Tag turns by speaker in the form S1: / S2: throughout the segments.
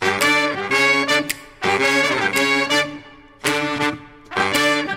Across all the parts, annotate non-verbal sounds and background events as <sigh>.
S1: <laughs>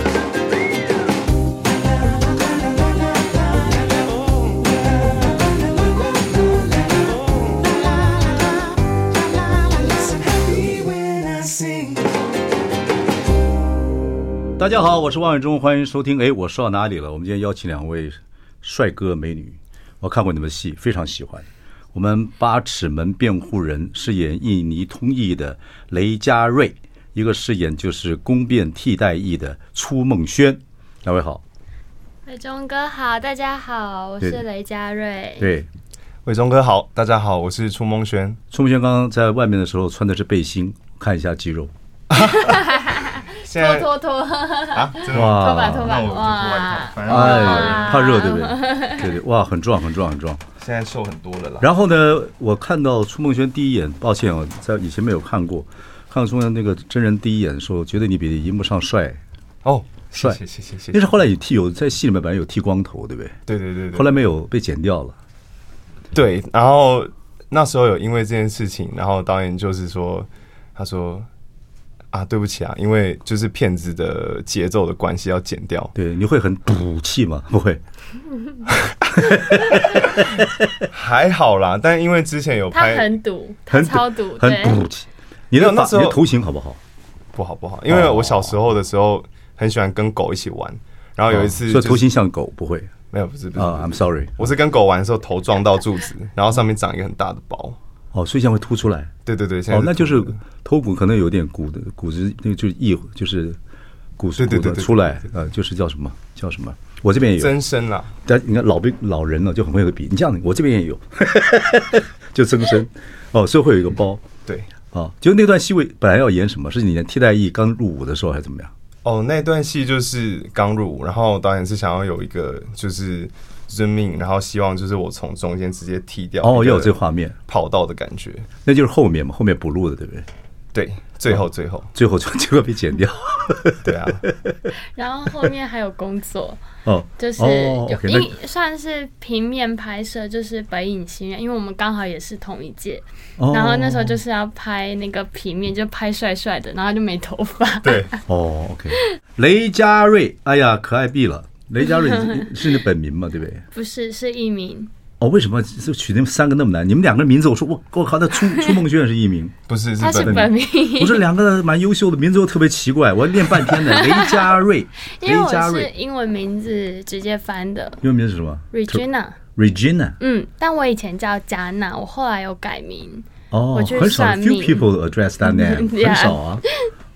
S1: 大家好，我是万伟忠，欢迎收听。哎，我说到哪里了？我们今天邀请两位帅哥美女，我看过你们的戏，非常喜欢。我们《八尺门辩护人》饰演印尼通译的雷佳瑞，一个饰演就是公辩替代役的初梦轩。两位好，
S2: 伟忠哥好，大家好，我
S1: 对
S2: 是雷佳瑞。
S1: 对，
S3: 伟忠哥好，大家好，我是初梦轩。
S1: 初梦轩刚刚在外面的时候穿的是背心，看一下肌肉，
S3: 现
S2: 拖拖拖，
S3: 啊，真的吗
S1: 哇，
S2: 拖把拖把，
S3: 那我就脱外
S2: 哇
S3: 套，，反正我
S1: 哎，怕热对不对？对对，哇，很壮，很壮，很壮。
S3: 现在瘦很多了啦。
S1: 然后呢，我看到初梦轩第一眼，抱歉哦，在以前没有看过，看到初梦轩那个真人第一眼的时候，觉得你比荧幕上帅。
S3: 哦，谢
S1: 帅
S3: 谢谢谢谢
S1: 但是
S3: 谢。
S1: 后来你剃有在戏里面本来有剃光头，对不对？
S3: 对对对对，
S1: 后来没有被剪掉了。
S3: 对，然后那时候有因为这件事情，然后导演就是说，他说啊，对不起啊，因为就是片子的节奏的关系要剪掉。
S1: 对，你会很赌气吗？不会，
S3: 还好啦，但因为之前有
S2: 他
S3: 拍
S2: 很赌，他
S1: 很
S3: <laughs>
S2: 超赌，
S1: <laughs> 很
S2: 对，
S1: 赌气。你的
S3: 没有那
S1: 发
S3: 时候
S1: 你的头型好不好？
S3: 不好不好，因为我小时候的时候很喜欢跟狗一起玩，然哦后有一次
S1: 哦所
S3: 就
S1: 以头
S3: 是嗯
S1: 型像狗，不会
S3: 没有不是不是
S1: 啊。I'm sorry。
S3: 我是跟狗玩的时候头撞到柱子，然后上面长一个很大的包。
S1: 哦，所以这样会凸出来。
S3: 对对对，现在
S1: 哦，那就是
S3: 凸的
S1: 头骨可能有点骨的骨质，那个就是异就是骨
S3: 对对
S1: 骨
S3: 对
S1: 的
S3: 对
S1: 出来
S3: 对对，
S1: 呃，就是叫什么叫什么？我这边也有，
S3: 增生啦。
S1: 但你看老兵老人呢就很会有个比，你这样我这边也有， <laughs> 就增生哦，所以会有一个包
S3: 对，
S1: 啊。就那段戏位本来要演什么？是你的替代役刚入伍的时候还是怎么样？
S3: 哦，那段戏就是刚入伍，然后导演是想要有一个就是遵命，然后希望就是我从中间直接剃掉
S1: 哦，
S3: 一
S1: 要有这个画面，
S3: 跑道的感觉。
S1: 那就是后面嘛，后面补录的对不 <laughs> 对？
S3: 对，最后最后，
S1: 最后就结果被剪掉
S3: 对啊，
S2: 然后后面还有工作，
S1: 哦，
S2: 就是
S1: 哦
S2: 有哎
S1: ，OK，
S2: 因
S1: 那
S2: 为算是平面拍摄，就是北影新院，因为我们刚好也是同一届，
S1: 哦
S2: 然后那时候就是要拍那个平面，就拍帅帅的，然后就没头发，
S3: 对，
S1: 哦，OK，雷佳瑞，哎呀，可爱毙了。雷佳瑞 <laughs> 是是你本名嘛，对不对？
S2: <laughs> 不是是艺名，
S1: 哦，为什么就取那三个那么难？你们两个名字，我说我我靠，那
S2: <laughs>
S1: 初初梦轩是艺名，
S3: 不是是
S2: 他是
S3: 本
S2: 本名， <laughs>
S1: 我说两个蛮优秀的名字又特别奇怪，我念半天呢。雷佳瑞，
S2: 因
S1: 雷
S2: 为我
S1: 佳
S2: 是
S1: 瑞，
S2: 英文名字直接翻的
S1: 英文名是什么
S2: Regina。
S1: Regina。
S2: 嗯，但我以前叫加纳，我后来有改名，
S1: 哦，
S2: 我去
S1: 很少
S2: 算命
S1: few people address that
S2: <laughs>
S1: name，
S2: Yeah
S1: 很少啊。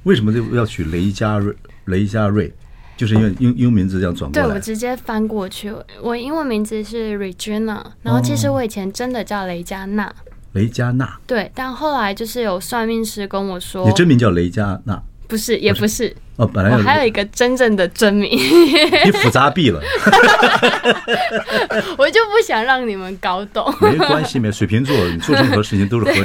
S1: 为什么就要取雷佳瑞？雷佳瑞，就是因为英英文名字这样转过
S2: 对我
S1: 来。
S2: 直接翻过去，我英文名字是 Regina，然后其实我以前真的叫雷加纳，
S1: 雷佳娜，
S2: 对，但后来就是有算命师跟我说
S1: 你，真名叫雷佳娜。
S2: 不是，也不是，
S1: 哦，本来
S2: 哦我
S1: 要
S2: 还有一个真正的真名， <laughs>
S1: 你复杂毙了，
S2: 我就不想让你们搞懂。
S1: 没关系，没水瓶座，你做任何事情都是合理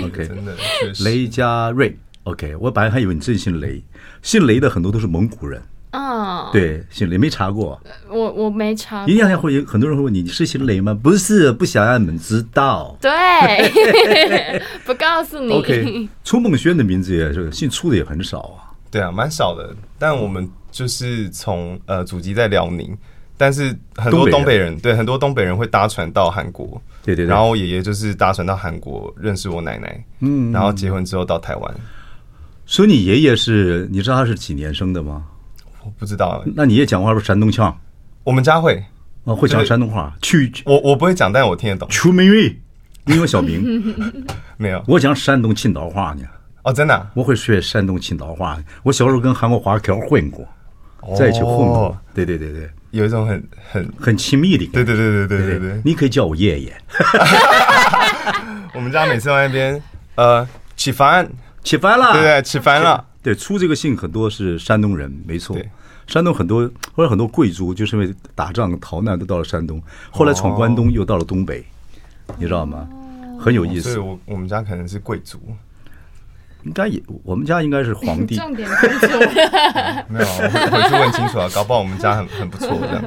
S2: <laughs>
S1: 的。OK，
S3: 真的确实
S1: 雷佳瑞。OK，我本来还以为你真姓雷，姓雷的很多都是蒙古人，
S2: 嗯，
S1: 对，姓雷没查过。
S2: 我我没查
S1: 一，定还会有很多人会问你，你是姓雷吗？不是，不想让你们知道。
S2: 对， <laughs> 不告诉你。 <laughs>
S1: OK，初梦轩的名字也是，姓初的也很少啊。
S3: 对啊，蛮少的。但我们就是从呃祖籍在辽宁，但是很多
S1: 东
S3: 东
S1: 北
S3: 北人对很多东北人会搭船到韩国，
S1: 对对对
S3: 然后我爷爷就是搭船到韩国认识我奶奶，嗯，然后结婚之后到台湾，
S1: 所以你爷爷是，你知道他是几年生的吗？
S3: 我不知道
S1: 那你也讲话是不是山东腔
S3: 我们家会，
S1: 啊？会讲
S3: 对
S1: 山东话？去
S3: 我我不会讲，但我听得懂，
S1: 出名瑞，因为小
S3: <laughs>
S1: 明，
S3: 没有
S1: 我讲山东青岛话呢，
S3: 哦，真的啊、
S1: 我会说山东青岛话。我小时候跟韩国华侨混过，在一起混过
S3: 哦，
S1: 对对对对，
S3: 有一种很很。
S1: 很亲密的感觉。
S3: 对对对对对对对，
S1: 你可以叫我爷爷。
S3: 我们家每次到那边，呃，起饭，
S1: 起翻了，
S3: 对对，起饭了，
S1: 对，出这个姓很多是山东人，没错
S3: 对。
S1: 山东很多或者很多贵族就是因为打仗逃难都到了山东，后来闯关东又到了东北，你知道吗？很有意
S3: 哦所以
S1: 思。
S3: 我我们家可能是贵族，
S1: 应该也我们家应该是皇
S2: <laughs>
S1: 帝，
S4: 重点关注。
S3: 没有，我回回去问清楚啊，搞不好我们家很很不错这样。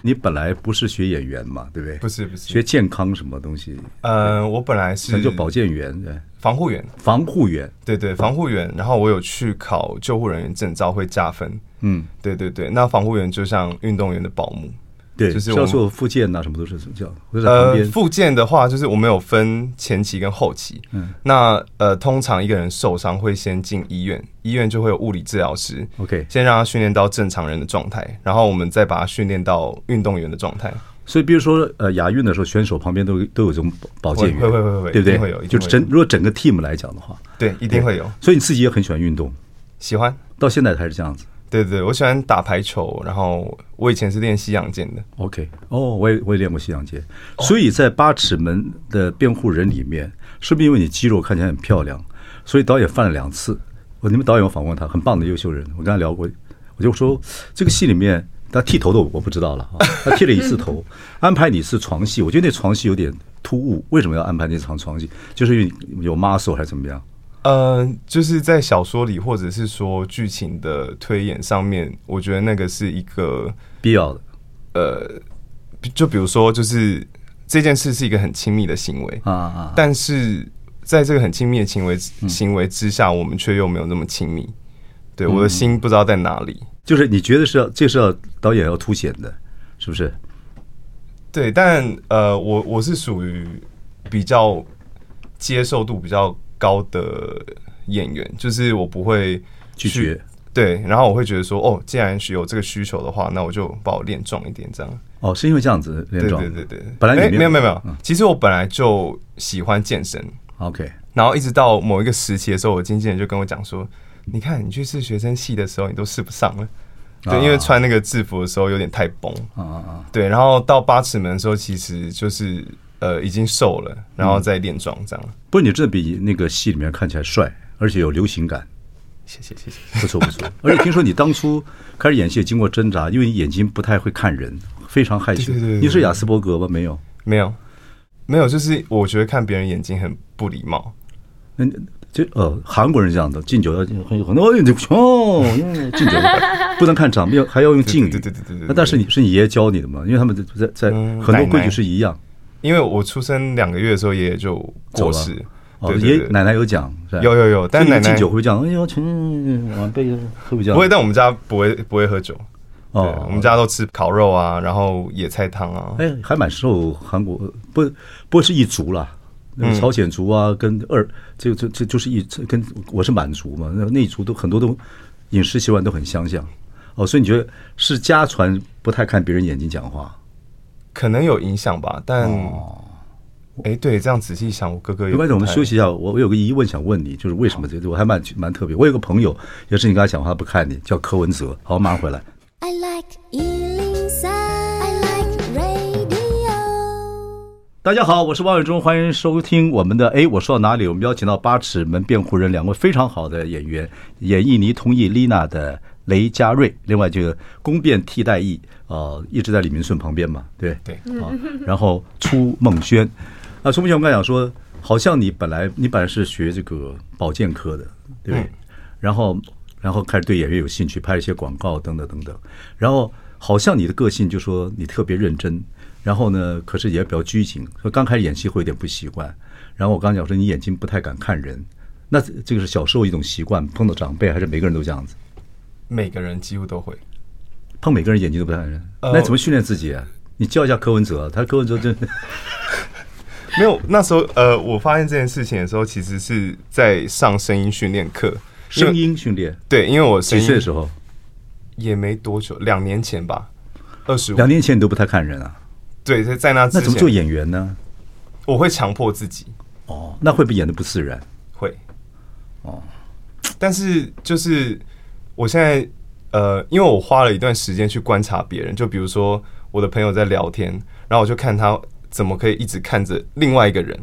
S1: 你本来不是学演员嘛，对不对？
S3: 不是不是
S1: 学健康什么东西，
S3: 呃，我本来是
S1: 那就保健员、对
S3: 防护员，
S1: 防护员。
S3: 对对，防护员。然后我有去考救护人员证照，会加分。
S1: 嗯，
S3: 对对对，那防护员就像运动员的保姆。
S1: 对，
S3: 就是我
S1: 教
S3: 们
S1: 授附件呐、什么都是什么叫，或者在旁
S3: 呃，
S1: 边。
S3: 附件的话，就是我们有分前期跟后期。
S1: 嗯，
S3: 那呃，通常一个人受伤会先进医院，医院就会有物理治疗师，
S1: OK，
S3: 先让他训练到正常人的状态，然后我们再把他训练到运动员的状态。
S1: 所以比如说呃，亚运的时候，选手旁边都有都有这种保保健员，
S3: 会会会会会
S1: 对不
S3: 一
S1: 对？
S3: 定会有一
S1: 就
S3: 定会有
S1: 整如果整个 team 来讲的话，
S3: 对，一定会有
S1: 所以你自己也很喜欢运动，
S3: 喜欢。
S1: 到现在还是这样子。
S3: 对对，我喜欢打排球，然后我以前是练西洋剑的。
S1: OK，哦，我也我也练过西洋剑，所以在八尺门的辩护人里面，是不是因为你肌肉看起来很漂亮，所以导演犯了两次？我你们导演有访问他，很棒的优秀人，我跟他聊过，我就说这个戏里面他剃头的我不知道了 <laughs> 啊，他剃了一次头，安排你是床戏，我觉得那床戏有点突兀，为什么要安排那场床戏？就是因为你有 muscle 还是怎么样？
S3: 呃，就是在小说里或者是说剧情的推演上面，我觉得那个是一个
S1: 必要的
S3: 比就比如说，就是这件事是一个很亲密的行为，
S1: 啊啊，
S3: 但是在这个很亲密的行为行为之下，我们却又没有那么亲密。对，
S1: 嗯
S3: 我的心不知道在哪里。
S1: 就是你觉得是要这是要导演要凸显的，是不是？
S3: 对，但呃，我我是属于比较接受度比较高的演员，就是我不会
S1: 拒
S3: 去
S1: 绝。
S3: 对，然后我会觉得说，哦，既然有这个需求的话，那我就把我练壮一点，这样。
S1: 哦，是因为这样子连
S3: 对
S1: 装
S3: 对对对，
S1: 本来
S3: 哎
S1: 你嗯
S3: 没有没有没有，其实我本来就喜欢健身，
S1: OK，
S3: 然后一直到某一个时期的时候，我经纪人就跟我讲说：“你看，你去试学生系的时候，你都试不上了，对，因为穿那个制服的时候有点太崩。
S1: 啊啊啊！
S3: 对，然后到八尺门的时候，其实就是呃已经瘦了，然后再练壮这样。
S1: 不过你真的比那个戏里面看起来帅，而且有流行感，
S3: 谢谢谢谢。
S1: 不错
S3: <laughs>
S1: 不错。而且听说你当初开始演戏也经过挣扎，因为你眼睛不太会看人，非常害羞。
S3: 对对对对
S1: 你是雅斯伯格吗？没有。
S3: 没有没有，就是我觉得看别人眼睛很不礼貌。
S1: 那这呃，韩国人这样的敬酒要很很多，哎你哦，嗯敬酒不能看长辈，还要用敬语。
S3: 对对对对对对
S1: 那但是你是你爷爷教你的嘛？因为他们在在
S3: 嗯
S1: 很多规
S3: 奶
S1: 矩
S3: 奶
S1: 是一样。
S3: 因为我出生两个月的时候，爷爷就过世
S1: 走了。哦，
S3: 对
S1: 爷
S3: 对
S1: 爷
S3: 对，
S1: 奶奶有讲，是吧
S3: 有有有但
S1: 所以你们
S3: 奶奶
S1: 敬酒会这样，哎呦，请晚辈会不会这样？
S3: 不会，但我们家不会不会喝酒。对
S1: 哦，
S3: 我们家都吃烤肉啊，然后野菜汤啊。
S1: 哎，还蛮受韩国不不是一族啦，那
S3: 嗯
S1: 个朝鲜族啊，跟二这这这就是一这跟我是满族嘛，那那一族都很多都饮食习惯都很相像哦，所以你觉得是家传不太看别人眼睛讲话？
S3: 可能有影响吧，但，哎、对，这样仔细想，我哥哥也
S1: 没关系，
S3: 不
S1: 我们
S3: 太
S1: 休。哦息一下。我我有个疑问想问你，就是为什么这个我还蛮蛮特别。我有个朋友也是你跟他讲话不看你，叫柯文哲。好，我马上回来。
S5: I like Ealing Sound. I like radio.
S1: 大家好，我是王伟忠，欢迎收听我们的。哎，我说到哪里？我们邀请到八尺门辩护人两位非常好的演员，演绎尼同意丽娜的雷佳瑞，另外就是公辩替代役，呃，一直在李明顺旁边嘛，对
S3: 对
S1: 啊，然后初梦轩，啊，初梦轩，我们刚才讲说，好像你本来你本来是学这个保健科的，对不对？
S3: 嗯
S1: 然后然后开始对演员有兴趣，拍了一些广告等等等等。然后好像你的个性就说你特别认真，然后呢，可是也比较拘谨，说刚开始演戏会有点不习惯。然后我刚讲说你眼睛不太敢看人，那这这个是小时候一种习惯，碰到长辈还是每个人都这样子，
S3: 每个人几乎都会。
S1: 碰每个人眼睛都不太看人，
S3: 呃
S1: 那你怎么训练自己、啊？你教一下柯文哲，他柯文哲真的
S3: 没有，那时候呃，我发现这件事情的时候，其实是在上声音训练课。因为
S1: 声音训练，
S3: 对，因为我声
S1: 几
S3: 音
S1: 岁的时候？
S3: 也没多久，两年前吧，二十五。
S1: 两年前你都不太看人啊，
S3: 对，在在那之
S1: 那
S3: 前，
S1: 怎么做演员呢？
S3: 我会强迫自己
S1: 哦，那会不会演的不自然？
S3: 会。哦，但是就是我现在呃，因为我花了一段时间去观察别人，就比如说我的朋友在聊天，然后我就看他怎么可以一直看着另外一个人，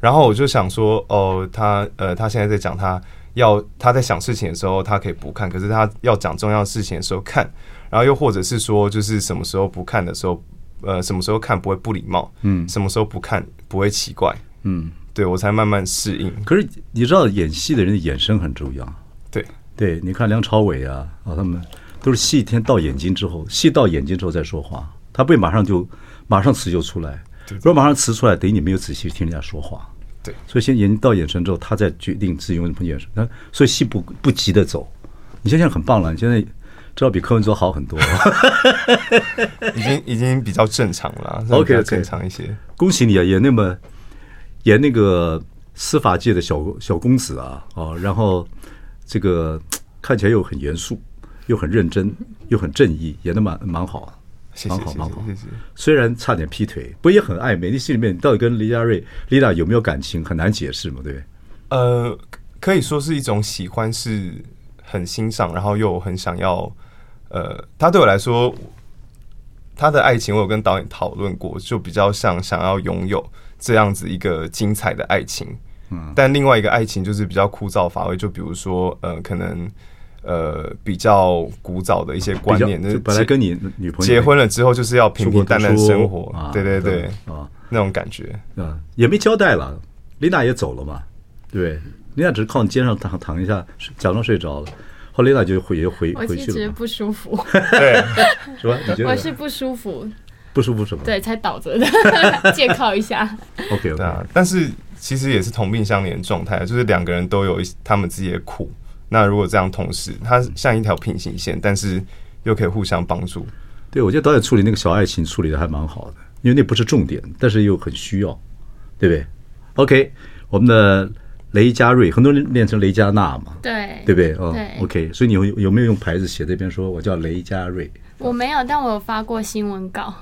S3: 然后我就想说，哦，他呃，他现在在讲他要他在想事情的时候，他可以不看，可是他要讲重要事情的时候看，然后又或者是说，就是什么时候不看的时候，呃，什么时候看不会不礼貌，嗯，什么时候不看不会奇怪，嗯，对我才慢慢适应。
S1: 可是你知道，演戏的人的眼神很重要。
S3: 对，
S1: 对，你看梁朝伟啊，啊，他们都是戏天到眼睛之后，戏到眼睛之后再说话，他不会马上就马上词就出来。如果马上词出来，等于你没有仔细听人家说话。
S3: 对
S1: 所以先眼睛到眼神之后，他再决定自己用什么眼神。那所以戏不不急的走。你现在很棒了，你现在至少比柯文哲好很多。
S3: 已经已经比较正常了啊
S1: OK，OK
S3: 比较正常一些。
S1: 恭喜你啊，演那么演那个司法界的小小公子啊，哦，然后这个看起来又很严肃，又很认真，又很正义，演的蛮蛮好啊，
S3: 谢谢
S1: 蛮好
S3: 谢谢
S1: 蛮好
S3: 谢谢。
S1: 虽然差点劈腿，不过也很暧昧。你心里面你到底跟李佳瑞、丽娜有没有感情，很难解释嘛，对不对？
S3: 呃，可以说是一种喜欢，是很欣赏，然后又很想要。呃，他对我来说，他的爱情我有跟导演讨论过，就比较像想要拥有这样子一个精彩的爱情。嗯，但另外一个爱情就是比较枯燥乏味，就比如说呃，可能呃比较古早的一些观
S1: 比较
S3: 念，
S1: 就本来跟你女朋友
S3: 结婚了之后就是要平
S1: 出国
S3: 平
S1: 读
S3: 淡淡
S1: 书
S3: 生活，
S1: 啊
S3: 对对对，
S1: 啊
S3: 那种感觉。
S1: 啊，也没交代了。丽娜也走了嘛，对不对？丽娜只是靠你肩上躺躺一下，假装睡着了。后来丽娜就回也回
S2: 我
S1: 回
S2: 其
S1: 去
S2: 实
S1: 了嘛，
S2: 不舒服，
S1: <laughs>
S3: 对，
S1: 是吧？你觉得
S2: 我
S1: 呢
S2: 是不舒服，
S1: 不舒服什么？
S2: 对，才倒着的， <laughs> 借靠一下。
S1: ，OK
S3: 对
S1: OK，
S3: 啊，但是其实也是同病相怜的状态，就是两个人都有一些他们自己的苦。那如果这样同时，它像一条平行线，但是又可以互相帮助。
S1: 对我觉得导演处理那个小爱情处理的还蛮好的，因为那不是重点，但是又很需要，对不对？OK，我们的雷佳瑞，很多人念成雷佳娜嘛，
S2: 对，
S1: 对不对？哦
S2: 对
S1: ，OK，所以你有有没有用牌子写这边说我叫雷佳瑞，
S2: 我没有，但我有发过新
S1: <laughs>
S2: 闻稿，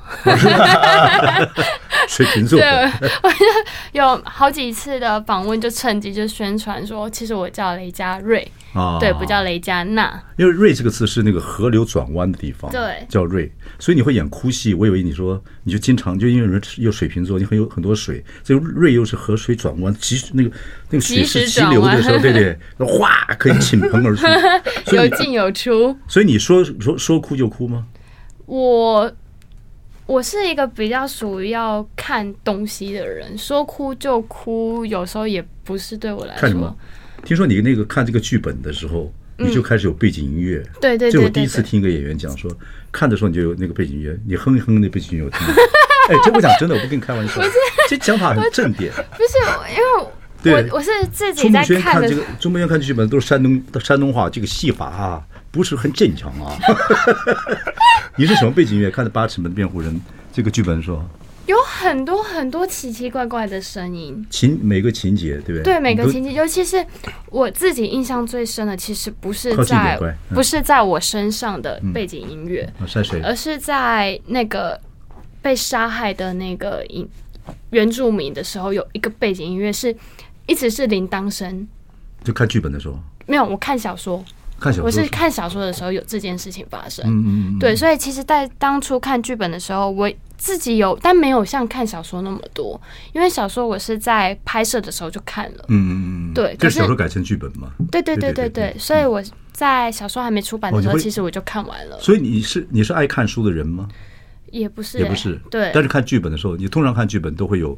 S1: 水瓶座
S2: 对，，我就有好几次的访问，就趁机就宣传说，其实我叫雷佳瑞，
S1: 啊
S2: 对，不叫雷佳娜，
S1: 因为“瑞”这个字是那个河流转弯的地方，
S2: 对
S1: 叫瑞，所以你会演哭戏。我以为你说你就经常就因为人有水瓶座，你很有很多水，这个瑞又是河水转弯，急那个那个水
S2: 及时啊
S1: 是急流
S2: 转
S1: 的
S2: 弯
S1: 时候，对对，哗可以倾盆
S2: <laughs>
S1: 而出。所以
S2: 有
S1: 你
S2: 进有出。
S1: 所以你说说说哭就哭吗？
S2: 我我是一个比较属于要看东西的人，说哭就哭，有时候也不是对我来
S1: 看什么
S2: 说，？嗯
S1: 听说你那个看这个剧本的时候，你就开始有背景音乐。
S2: 对对
S1: 这我
S2: 对
S1: 第一
S2: 对
S1: 次
S2: 对，
S1: 听一个演员讲说，看的时候你就有那个背景音乐，你哼一哼那背景音乐我
S2: <laughs>
S1: 听。哎，真不讲真的，我不跟你开玩笑，这讲法很正点。
S2: 不是因为。
S1: 对
S2: 我我是自己
S1: 钟
S2: 在
S1: 梦轩看
S2: 的
S1: 这个，钟梦轩看剧本都是山东山东话，这个戏法啊不是很正常啊。 <laughs> 你是什么背景音乐？看的《八尺门辩护人》这个剧本说，
S2: 有很多很多奇奇怪怪的声音，
S1: 情每个情节对不对？
S2: 对每个
S1: 你都
S2: 情节，尤其是我自己印象最深的，其实不是
S1: 靠近
S2: 在
S1: 点乖嗯
S2: 不是在我身上的背景音乐，
S1: 啊晒谁？
S2: 而是在那个被杀害的那个影原住民的时候，有一个背景音乐是一直是铃铛声。
S1: 就看剧本的时候，
S2: 没有，我看小说，
S1: 看小说
S2: 我
S1: 时候。
S2: 是看小说的时候有这件事情发生。
S1: 嗯嗯嗯，
S2: 对，所以其实，在当初看剧本的时候，我自己有，但没有像看小说那么多，因为小说我是在拍摄的时候就看了。
S1: 嗯嗯嗯，嗯
S2: 对
S1: 这
S2: 可
S1: 是
S2: 是
S1: 小说改成剧本嘛？
S2: 对对对
S1: 对
S2: 对
S1: 对
S2: 对，所以我在小说还没出版的时
S1: 哦
S2: 候，
S1: 你会
S2: 其实我就看完了，
S1: 所以你是你是爱看书的人吗？
S2: 也不是、
S1: 也不
S2: 欸
S1: 是，
S2: 对，
S1: 但是看剧本的时候，你通常看剧本都会有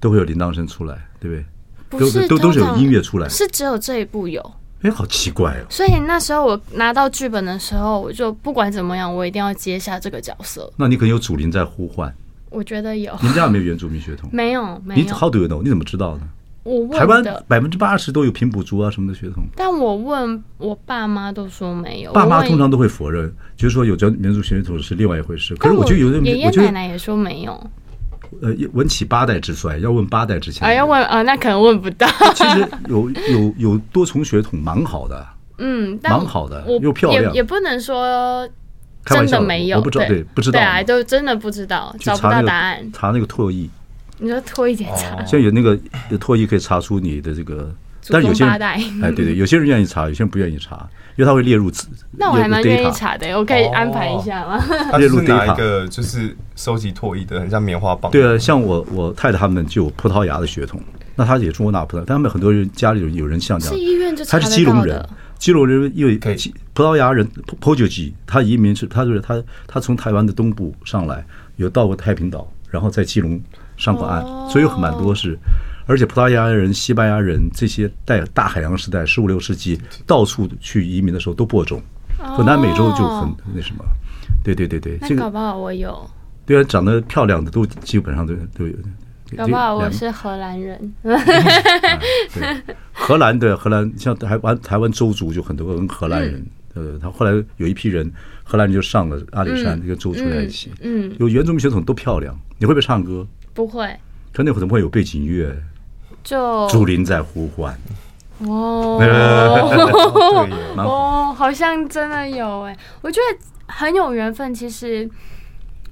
S1: 都会有铃铛声出来，对不对？
S2: 不
S1: 都
S2: 是
S1: 都都是有
S2: 通常
S1: 音乐出来，
S2: 是只有这一部有。
S1: 哎，好奇怪哦。
S2: 所以那时候我拿到剧本的时候，我就不管怎么样，我一定要接下这个角色。
S1: 那你可能有祖灵在呼唤，
S2: 我觉得有， <laughs>
S1: 你们家有没有原住民血统？
S2: 没有没
S1: 你
S2: 有，
S1: how do you know？你怎么知道呢？
S2: 我
S1: 台
S2: 问
S1: 湾
S2: 的，
S1: 百分之八十都有平埔族啊什么的血统，
S2: 但我问我爸妈都说没有。
S1: 爸
S2: 我
S1: 妈
S2: 问
S1: 通常都会否认，就是说有原民族血统是另外一回事。可
S2: 但
S1: 是我觉得有的
S2: 爷
S1: 人，
S2: 爷
S1: 我觉
S2: 奶
S1: 得
S2: 奶也说没有，
S1: 呃，文起八代之衰，要问八代之前。
S2: 啊，要问啊，那可能问不到。
S1: 其实有有有多重血统蛮好
S2: <laughs>
S1: 的，
S2: 嗯，但
S1: 蛮好的
S2: 我
S1: 又漂亮
S2: 也也不能说
S1: 开玩
S2: 真
S1: 笑
S2: 的没有，
S1: 我不知道，对，不知道
S2: 对啊，
S1: 嘛。
S2: 就真的不知道，
S1: 去
S2: 找不
S1: 查那
S2: 到
S1: 个
S2: 答案，
S1: 查那个唾液，
S2: 你说拖一点 <laughs> 查，
S1: 现在有那个有唾液可以查出你的这个，
S2: 祖
S1: 但是有
S2: 宗
S1: 些人
S2: 八代。
S1: 哎，对对，有些人愿意查，有些人不愿意查，因为他会列入资。
S2: 那我还蛮愿意
S1: data 哦
S2: 查的，我可以安排一下吗？
S3: 他就
S1: 列入
S3: 是拿
S1: data
S3: 一个就是收集唾液的，很像棉花棒。
S1: 对啊，像我我太太他们就有葡萄牙的血统，那她也中国拿葡萄牙，但他们很多人家里有有人像这
S2: <laughs> 是
S1: 样，
S2: 医院就查
S1: 他
S2: 得
S1: 是基隆
S2: 到
S1: 人
S2: 的。，
S1: 基隆人因为
S3: 可以
S1: 基葡萄牙人葡葡萄籍，他移民是他就是他他从台湾的东部
S2: 哦
S1: 上来，有到过太平岛，然后在基隆上过岸，所以有很蛮多是，而且葡萄牙人、西班牙人这些在大海洋时代十五六世纪到处去移民的时候都播种，所以南美洲就很
S2: 哦
S1: 那什么。对对对对，这
S2: 那搞
S1: 个
S2: 不好我有，
S1: 对啊，长得漂亮的都基本上都都有。
S2: 搞不好
S1: 两
S2: 我
S1: 个
S2: 是荷兰人。
S1: 对，荷兰的荷兰像台湾台湾州族就很多跟荷兰人，
S2: 嗯
S1: 呃，他后来有一批人荷兰人就上了阿里山这个州住在一起，
S2: 嗯，
S1: 有原住民血统都漂亮。你会不会唱歌？
S2: 不会，
S1: 可那会怎么会有背景乐？
S2: 就
S1: 竹林在呼唤，
S2: 哦
S3: 对耶
S1: 蛮好。
S2: 哦，好像真的有哎，我觉得很有缘分。其实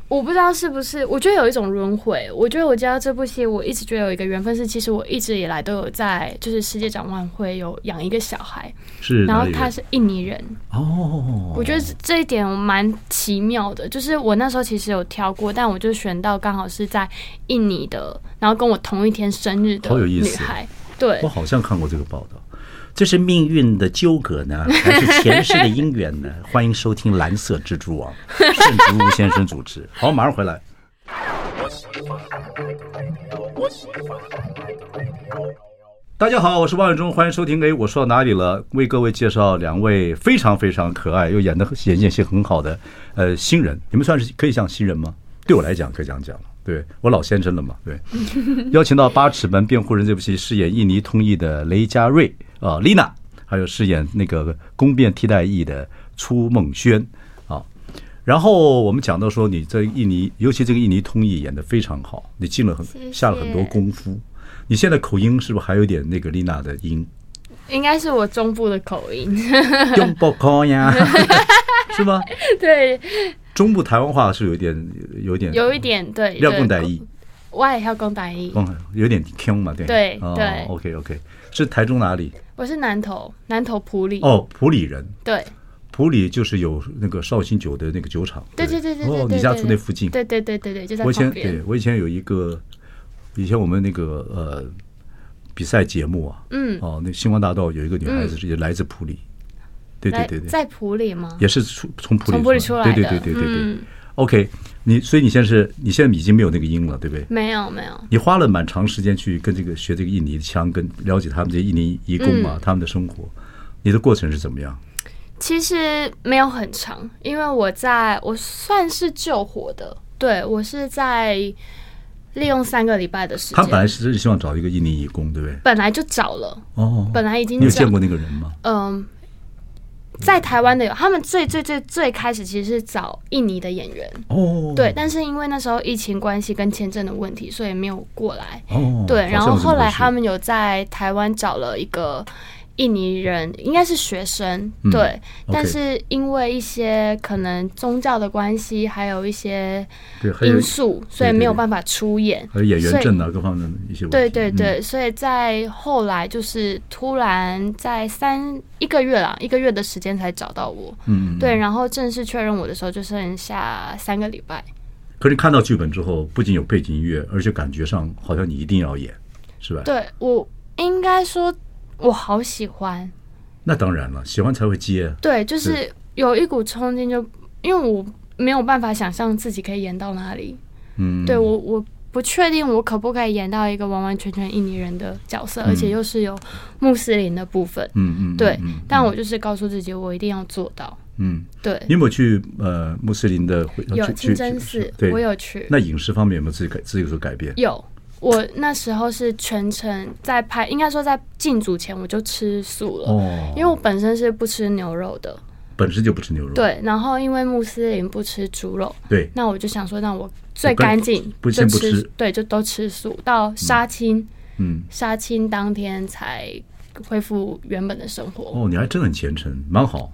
S2: 我不知道是不是，我觉得有一种轮回。我觉得我接到这部戏，我一直觉得有一个缘分是，其实我一直以来都有在就是世界展望会有养一个小孩，
S1: 是
S2: 然
S1: 哪
S2: 后
S1: 里
S2: 他
S1: 人？
S2: 是印尼人，
S1: 哦，
S2: 我觉得这一点我蛮奇妙的，就是我那时候其实有挑过，但我就选到刚好是在印尼的，然后跟我同一天生日的
S1: 好有意
S2: 女
S1: 思
S2: 孩。对
S1: 我，好像看过这个报道。这是命运的纠葛呢，还是前世的姻缘呢？ <laughs> 欢迎收听《蓝色蜘蛛网》，盛竹如先生主持。好，马上回来。大家好，我是王永忠，欢迎收听。哎，我说到哪里了？为各位介绍两位非常非常可爱又演的演演戏很好的呃新人，你们算是可以像新人吗？对我来讲可以这样讲了，对我老先生了嘛，对。邀请到《八尺门辩护人》这部戏饰演印尼通译的雷佳瑞啊、丽娜，还有饰演那个宫辩替代役的初梦轩啊。然后我们讲到说，你在印尼，尤其这个印尼通译演的非常好，你进了很
S4: 谢
S1: 下了很多功夫。你现在口音是不是还有点那个丽娜的音？ <laughs>
S2: 应该是我中部的口音。 <laughs>
S1: 中不高呀，是吗？
S2: 对，
S1: 中部台湾话是有一点，有一点，
S2: 有一点对，
S1: 要
S2: 对
S1: 共代译，
S2: 我也要公台译。
S1: 嗯，有点腔嘛，对。
S2: 对
S1: 哦
S2: 对
S1: OK OK，是台中哪里？
S2: 我是南投，南投埔里。
S1: 哦，普里人。
S2: 对，
S1: 普里就是有那个绍兴酒的那个酒厂，
S2: 对
S1: 不
S2: 对对对对
S1: 哦，
S2: 对
S1: 你家住那附近。
S2: 对对对对对，就在
S1: 我以前
S2: 旁边。
S1: 对我以前有一个，以前我们那个呃比赛节目啊，
S2: 嗯，
S1: 哦，那星光大道有一个女孩子是也来自普里，对对
S2: 来
S1: 对对，
S2: 在埔里吗？
S1: 也是出从普
S2: 从埔
S1: 里
S2: 里出来的。
S1: 对对对对对对。
S2: 嗯，
S1: OK，你所以你现在是你现在已经没有那个音了，对不对？
S2: 没有没有。
S1: 你花了蛮长时间去跟这个学这个印尼腔，跟了解他们这些印尼移工
S2: 嗯
S1: 啊，他们的生活，你的过程是怎么样？
S2: 其实没有很长，因为我在我算是救火的，对我是在利用三个礼拜的时
S1: 他们，
S2: 间
S1: 本来是希望找一个印尼移工，对不对？
S2: 本来就找了，
S1: 哦，
S2: 本来已经
S1: 你有
S2: 找
S1: 见过那个人吗？
S2: 嗯，在台湾的有，他们最最最最开始其实是找印尼的演员，
S1: 哦，
S2: 对，但是因为那时候疫情关系跟签证的问题，所以没有过来。
S1: 哦，
S2: 对，然后
S1: 好像有这么
S2: 后
S1: 回
S2: 来
S1: 事
S2: 他们有在台湾找了一个印尼人，应该是学生，
S1: 嗯
S2: 对，
S1: OK
S2: 但是因为一些可能宗教的关系，还有一些
S1: 对还有
S2: 因素，所以
S1: 对对
S2: 没有
S1: 对
S2: 办法出演。
S1: 还有演员
S2: 所以
S1: 证啊，各方面的一些问题。
S2: 对对
S1: 嗯，
S2: 对，所以在后来就是突然在三一个月啦，一个月的时间才找到我。
S1: 嗯，嗯
S2: 对，
S1: 嗯
S2: 然后正式确认我的时候就剩下三个礼拜。
S1: 可是看到剧本之后，不仅有背景音乐，而且感觉上好像你一定要演，是吧？。
S2: 对我应该说，我好喜欢。
S1: 那当然了，喜欢才会接。啊
S2: 对，就是是有一股冲劲就，因为我没有办法想象自己可以演到哪里。
S1: 嗯，
S2: 对我，我不确定我可不可以演到一个完完全全印尼人的角色，而且又是有穆斯林的部分。
S1: 嗯，嗯嗯，
S2: 对
S1: 嗯，
S2: 但我就是告诉自己，我一定要做到。
S1: 嗯，
S2: 对，
S1: 你有没有去呃穆斯林的会
S2: 有
S1: 去
S2: 清
S1: 去
S2: 真
S1: 去
S2: 寺，
S1: 对，
S2: 我有去，
S1: 那饮食方面有没有自己改自己有所改变？
S2: 有。我那时候是全程在拍，应该说在进组前我就吃素了，
S1: 哦，
S2: 因为我本身是不吃牛肉的，
S1: 本身就不吃牛肉，
S2: 对。然后因为穆斯林不吃猪肉，
S1: 对，
S2: 那我就想说，那我最
S1: 我干
S2: 干净
S1: 不
S2: 就
S1: 先不吃
S2: 对，就都吃素，到杀青，
S1: 嗯，
S2: 杀青当天才恢复原本的生活。
S1: 哦，你还真的很虔诚，蛮好。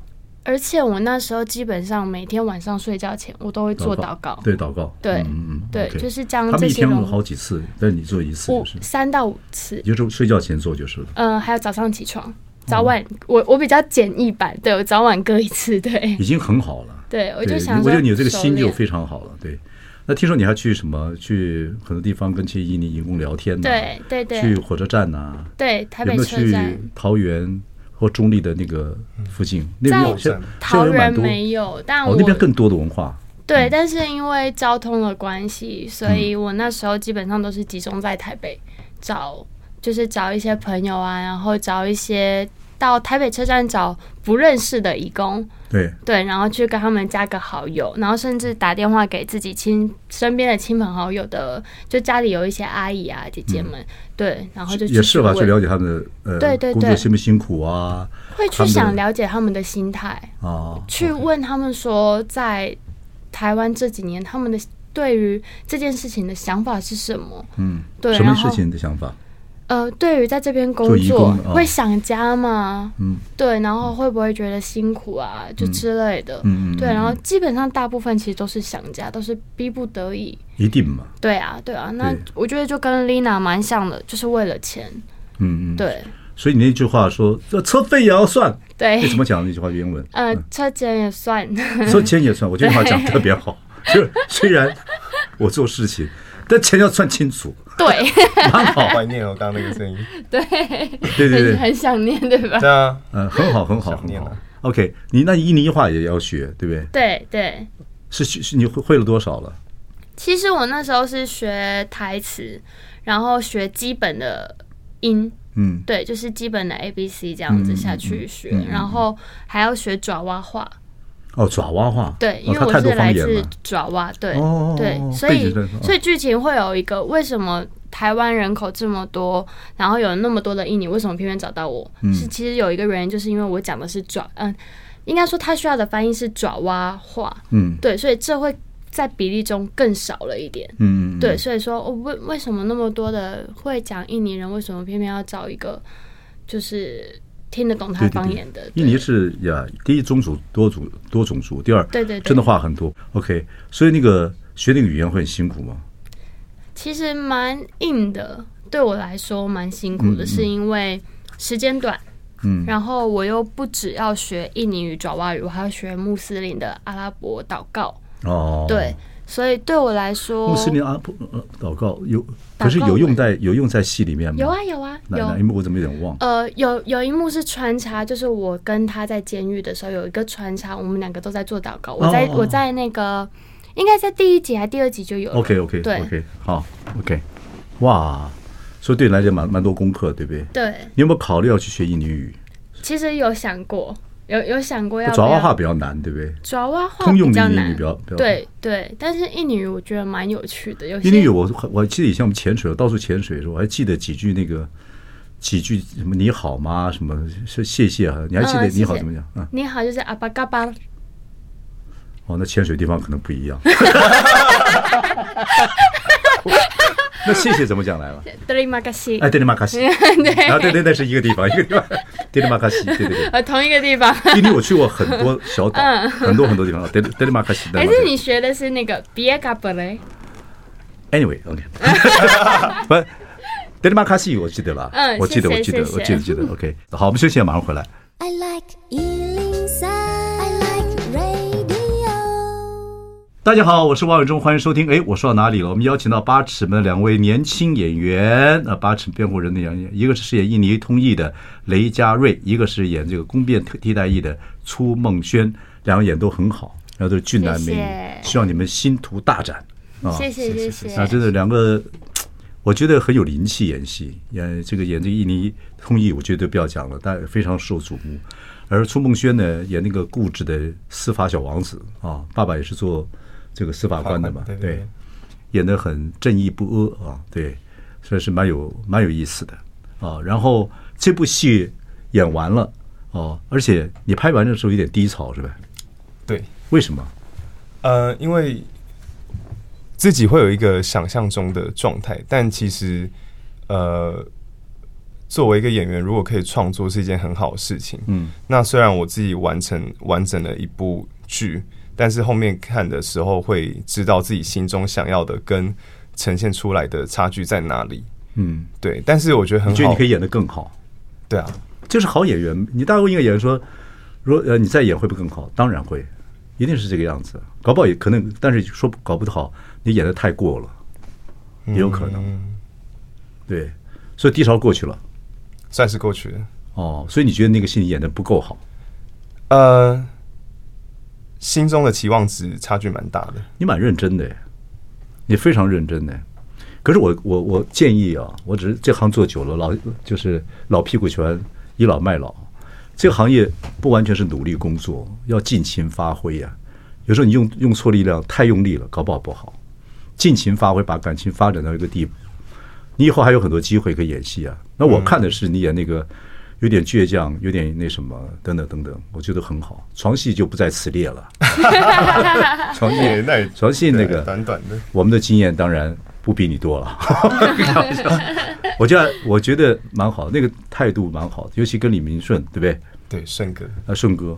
S2: 而且我那时候基本上每天晚上睡觉前，我都会做祷告，
S1: 哦对祷告，
S2: 对
S1: 嗯嗯，
S2: 对
S1: OK
S2: 就是将
S1: 他们
S2: 这
S1: 一
S2: 些
S1: 天
S2: 融
S1: 好几次，但你做一次
S2: 五
S1: 就是。
S2: 三到五次，
S1: 你就是睡觉前做就是了。
S2: 嗯，还有早上起床，早晚、
S1: 哦
S2: 我我比较简易版，对我早晚各一次，对
S1: 已经很好了。
S2: 对，我
S1: 嗯对，
S2: 就想
S1: 我
S2: 说，
S1: 觉得你有这个心就非常好了。对，那听说你还去什么？去很多地方跟这些印尼员工聊天呢、
S2: 对对对
S1: 去火车站呐、
S2: 对台
S1: 有
S2: 北
S1: 没有
S2: 车
S1: 去
S2: 站。
S1: 桃园或中立的那个附近？那边
S2: 在
S1: 有些
S2: 桃
S1: 蛮
S2: 园
S1: 多，
S2: 没有，但
S1: 哦
S2: 我、，
S1: 那边更多的文化。
S2: 对，但是因为交通的关系，所以我那时候基本上都是集中在台北找就是找一些朋友啊，然后找一些到台北车站找不认识的义工，
S1: 对，
S2: 对，然后去跟他们加个好友，然后甚至打电话给自己亲身边的亲朋好友的，就家里有一些阿姨啊、姐姐们，对，然哦后就
S1: 也是吧，
S2: 去
S1: 去
S2: 问
S1: 了解他们的呃
S2: 对对
S1: 工作
S2: 对
S1: 辛不辛苦啊
S2: 会
S1: 他
S2: 去
S1: 们的
S2: 想了解他们的心态，
S1: 啊，
S2: 去问他们说，在台湾这几年他们的对于这件事情的想法是什么？
S1: 嗯，
S2: 对，
S1: 什么
S2: 然
S1: 事
S2: 后
S1: 情的想法？
S2: 呃，对于在这边工
S1: 做义
S2: 作
S1: 工的啊
S2: 会想家吗？
S1: 嗯
S2: 对，然后会不会觉得辛苦啊，就之类的。
S1: 嗯嗯，
S2: 对，
S1: 嗯
S2: 然后
S1: 嗯
S2: 基本上大部分其实都是想家，都是逼不得已。
S1: 一定嘛，
S2: 对啊，对啊，那
S1: 对
S2: 我觉得就跟 Lina 蛮像的，就是为了钱。
S1: 嗯嗯，，
S2: 对
S1: 所以你那句话说这车费也要
S2: <laughs>
S1: 算，
S2: 对
S1: 为， <laughs> 什么讲那句话英文？
S2: 呃，车钱也算。 <laughs>
S1: 说钱也算，我觉得你话讲得特别好。就是虽然我做事情，但钱要算清楚，
S2: 对
S1: 蛮好。
S3: 怀念哦，刚刚那个声音。
S2: 对，
S1: 对对
S2: <laughs> 很
S1: 对，
S2: 很想念，对吧？
S3: 对啊，
S1: 嗯，很好，很好，
S3: 想
S1: 很
S3: 念
S1: 好
S3: 了。
S1: OK，你那印尼话也要学，对不对？
S2: 对对。
S1: 是是，是你会会了多少了？
S2: 其实我那时候是学台词，然后学基本的音，
S1: 嗯，
S2: 对，就是基本的 A B C 这样子下去学，然后还要学爪哇话，
S1: 哦，爪哇话，
S2: 对，
S1: 哦
S2: 因为
S1: 它
S2: 我
S1: 太多
S2: 是来
S1: 方言
S2: 自
S1: 了。
S2: 爪哇，对、
S1: 哦
S2: 对
S1: 哦哦，
S2: 所
S1: 背
S2: 以
S1: 景真的
S2: 所以剧情会有一个为什么台湾人口这么多，然后有那么多的印尼，为什么偏偏找到我？
S1: 嗯
S2: 是其实有一个原因，就是因为我讲的是爪，嗯，应该说他需要的翻译是爪哇话，
S1: 嗯
S2: 对，所以这会在比例中更少了一点。
S1: 嗯，嗯
S2: 对，，所以说，哦、为为什么那么多的会讲印尼人，为什么偏偏要找一个就是听得懂他
S1: 对对
S2: 方
S1: 对
S2: 言的？
S1: 印尼是呀，第一宗族多族多种族，第二
S2: 对对对
S1: 真的话很多。OK，所以那个学那个语言会很辛苦吗？
S2: 其实蛮硬的，对我来说蛮辛苦的，是因为时间短。
S1: 嗯
S2: 然后我又不只要学印尼语、爪哇语，我还要学穆斯林的阿拉伯祷告。
S1: 哦，
S2: 对，，所以对我来说，
S1: 穆斯林阿不呃祷告有，
S2: 哦告
S1: 可是有用
S2: 文
S1: 在有用在戏里面吗？
S2: 有啊有啊
S1: 哪
S2: 有
S1: 哪一幕我怎么有点忘？
S2: 呃，有有一幕是穿插，就是我跟他在监狱的时候有一个穿插，我们两个都在做祷告。我在、
S1: 哦哦
S2: 我在那个，应该在第一集还第二集就有了。
S1: OK OK
S2: 呃对
S1: OK 好 OK，哇，所以对你来讲蛮蛮多功课，对不对？
S2: 对，
S1: 你有没有考虑要去学印尼语？
S2: 其实有想过，有有想过要不
S1: 爪
S2: 要
S1: 哇话比较难，对不对？
S2: 爪哇话
S1: 通用
S2: 比
S1: 的
S2: 较
S1: 印尼语
S2: 难
S1: 比，较比较
S2: 对对，但是印尼语我觉得蛮有趣的，有些
S1: 印尼语我我记得以前我们潜水，我到处潜水的时候，我还记得几句那个几句什么你好吗？什么是谢谢啊？你还记得
S2: 嗯谢谢
S1: 你好怎么讲啊？
S2: 你好就是阿巴嘎巴，
S1: 哦，那潜水地方可能不
S2: <laughs>
S1: 一样。 <laughs> 那谢谢怎么讲来了？
S2: 德里马嘎西
S1: 哎，，对对马
S2: <laughs>
S1: 卡西，对啊，对对，那是一个地方， <laughs> 一个地方，对对马卡西，对对
S2: <laughs>
S1: 对。
S2: 呃，同一个地方。
S1: 印尼我去过很多小岛，
S2: 嗯
S1: 很多很多地方，德德里马卡西。
S2: 还是你学的是那个比耶嘎布雷？哎 <laughs>
S1: Anyway，OK，、不，德里马卡西我记得了，
S2: 嗯
S1: 我记得，
S2: 谢谢
S1: 我记得，
S2: 谢谢
S1: 我记得，记得。OK，好，我们休息一下，马上回来。
S5: I like Ealing Sound. I like radio.
S1: 大家好，我是王伟忠，欢迎收听。哎，我说到哪里了？我们邀请到八尺门两位年轻演员，啊，八尺辩护人的演员，一个是饰演印尼通译的雷佳瑞，一个是演这个宫辩替代役的初梦轩，两个演都很好，然后都是俊男美女，
S2: 谢谢
S1: 希望你们星途大展啊！
S2: 谢谢谢谢
S1: 啊，真的两个，我觉得很有灵气演戏，演这个演这个印尼通译，我觉得不要讲了，但非常受瞩目。而朱梦轩呢，演那个固执的司法小王子啊，爸爸也是做这个司法官的嘛，
S3: 对对对
S1: 演得很正义不阿啊，对，所以是蛮有蛮有意思的啊。然后这部戏演完了哦、而且你拍完的时候有点低潮是吧？
S3: 对，
S1: 为什么？
S3: 呃，因为自己会有一个想象中的状态，但其实，呃，作为一个演员，如果可以创作是一件很好的事情。
S1: 嗯，
S3: 那虽然我自己完成完整了一部剧，但是后面看的时候会知道自己心中想要的跟呈现出来的差距在哪里。
S1: 嗯，
S3: 对，但是我觉得很
S1: 你觉得
S3: 好，
S1: 你可以演得更好？
S3: 对啊，
S1: 就是好演员。你大陆一个演员说，如果呃你再演会不会更好？当然会，一定是这个样子。搞不好也可能，但是说不搞不好，你演的太过了，也有可能。对，所以低潮过去了。
S3: 算是过去了。
S1: 哦，所以你觉得那个戏你演的不够好？
S3: 呃，心中的期望值差距蛮大的。
S1: 你蛮认真的耶，你非常认真的耶。可是我我我建议啊，我只是这行做久了，老就是老屁股喜欢倚老卖老。这个行业不完全是努力工作，要尽情发挥呀、有时候你用用错力量，太用力了，搞不好不好。尽情发挥，把感情发展到一个地步，你以后还有很多机会可以演戏啊。那我看的是你演那个有点倔强，有点那什么等等等等，我觉得很好。床戏就不在此列了，床戏
S3: <laughs> 也那也
S1: 床戏那
S3: 对
S1: 个
S3: 短短的，
S1: 我们的经验当然不比你多了，我觉得我觉得蛮好，那个态度蛮好的，尤其跟李明顺，对不对？
S3: 对，顺哥，
S1: 啊，顺哥，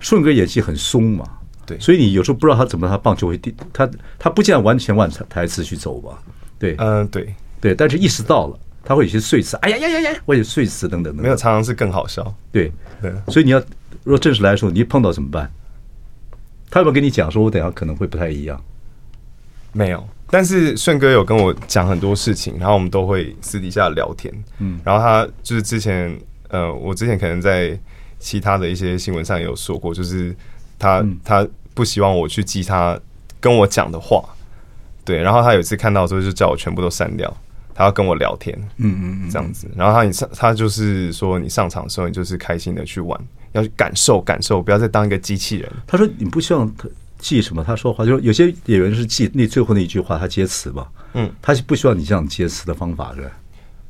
S1: 顺哥演戏很松嘛，
S3: 对
S1: 所以你有时候不知道他怎么他棒球会递他他不见得完全往台词去走吧，对、
S3: 嗯，对，
S1: 对，但是意识到了他会有些碎词，哎呀呀呀呀，或者碎词等等等
S3: 没
S1: 等，
S3: 有常常是更好笑，
S1: 对，
S3: 对，
S1: 所以你要如果正式来的时候，你一碰到怎么办？他有没有跟你讲说，我等一下可能会不太一样？
S3: 没有。但是顺哥有跟我讲很多事情，然后我们都会私底下聊天。嗯，然后他就是之前，呃，我之前可能在其他的一些新闻上也有说过，就是他、他不希望我去记他跟我讲的话，对。然后他有一次看到之后就叫我全部都删掉，他要跟我聊天，嗯嗯这样子。然后他你上他就是说你上场的时候你就是开心的去玩，要去感受感受，不要再当一个机器人。
S1: 他说你不希望他记什么，他说话，就是有些演员是记那最后那一句话，他接词嘛，
S3: 嗯，
S1: 他是不需要你这样接词的方法的。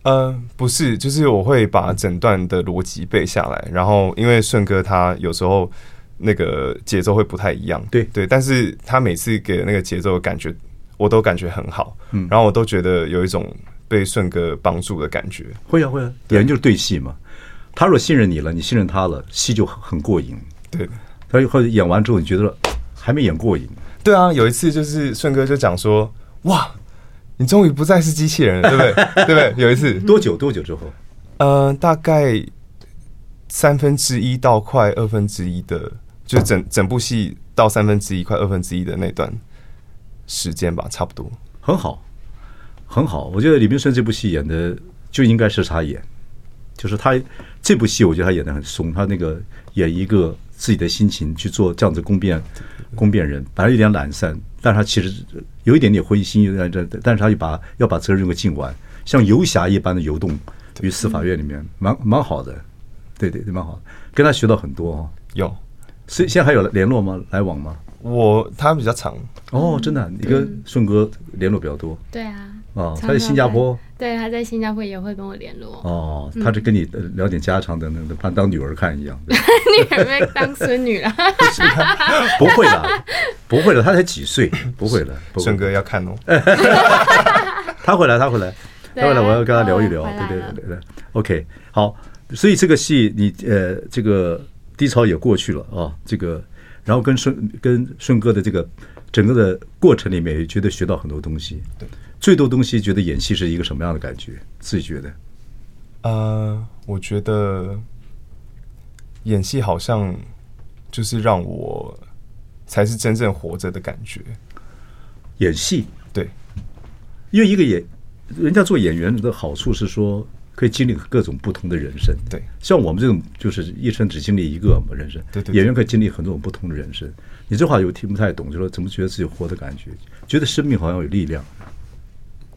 S3: 呃，不是，就是我会把整段的逻辑背下来，然后因为顺哥他有时候那个节奏会不太一样，
S1: 对
S3: 对，但是他每次给那个节奏的感觉，我都感觉很好，嗯，然后我都觉得有一种被顺哥帮助的感觉，
S1: 会啊会啊，演员就是对戏嘛。他如果信任你了，你信任他了，戏就很很过瘾。
S3: 对，啊
S1: 他或者演完之后，你觉得还没演过瘾，
S3: 对啊，有一次就是顺哥就讲说，哇，你终于不再是机器人了，对不对？对 <laughs> 不对？有一次，
S1: 多久多久之后？
S3: 呃，大概三分之一到快二分之一的，就是整整部戏到三分之一快二分之一的那段时间吧，差不多。
S1: 很好，很好。我觉得李明顺这部戏演的就应该是他演，就是他这部戏，我觉得他演的很松，他那个演一个自己的心情去做这样子公辩公辩人，本来有点懒散，但是他其实有一点点灰心，有点这，但是他就把要把责任给尽完，像游侠一般的游动于司法院里面，蛮蛮好的，对对对，蛮好的，跟他学到很多哦。
S3: 有
S1: 所以现在还有联络吗？来往吗？
S3: 我他比较长，
S1: 哦，真的啊，你跟顺哥联络比较多。
S2: 对啊，
S1: 哦
S2: 常
S1: 他在新加坡
S2: 常在，对，他在新加坡也会跟我联络，
S1: 哦，
S2: 嗯
S1: 他是跟你呃聊点家常等等的，把当女儿看一样。
S2: <laughs>
S1: 对
S2: 你有没有当孙女啦？
S1: 不会啦，不会了，他才几岁，不会了。不会
S3: 顺哥，要看哦。
S1: 他回来，他回来，他
S2: 对啊
S1: 回来，我要跟他聊一聊。
S2: 哦回
S1: 对
S2: 来
S1: 对
S2: 了
S1: 对对对，OK，好。所以这个戏你呃，这个低潮也过去了啊，这个，然后跟顺跟顺哥的这个整个的过程里面，也觉得学到很多东西。
S3: 对，
S1: 最多东西觉得演戏是一个什么样的感觉？自己觉得
S3: 呃，我觉得演戏好像就是让我才是真正活着的感觉。
S1: 演戏
S3: 对，
S1: 因为一个演，人家做演员的好处是说可以经历各种不同的人生。
S3: 对
S1: 像我们这种就是一生只经历一个人生，
S3: 对对对
S1: 演员可以经历很多种不同的人生。你这话有听不太懂，就说怎么觉得自己活的感觉，觉得生命好像有力量。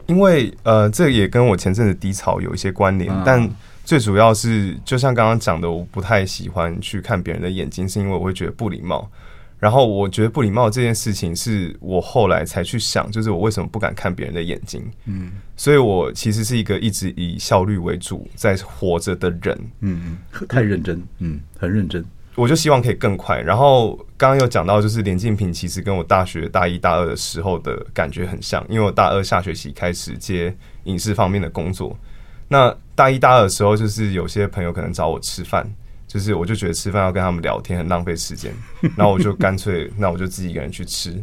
S3: 因为呃，这也跟我前阵子低潮有一些关联，
S1: 啊
S3: 但最主要是，就像刚刚讲的，我不太喜欢去看别人的眼睛，是因为我会觉得不礼貌。然后我觉得不礼貌这件事情，是我后来才去想，就是我为什么不敢看别人的眼睛。嗯，所以我其实是一个一直以效率为主在活着的人。
S1: 嗯嗯，太认真，嗯，很认真。
S3: 我就希望可以更快。然后刚刚有讲到，就是连晋平其实跟我大学大一大二的时候的感觉很像，因为我大二下学期开始接影视方面的工作。那大一大二的时候，就是有些朋友可能找我吃饭，就是我就觉得吃饭要跟他们聊天很浪费时间，然后我就干脆那我就自己一个人去吃。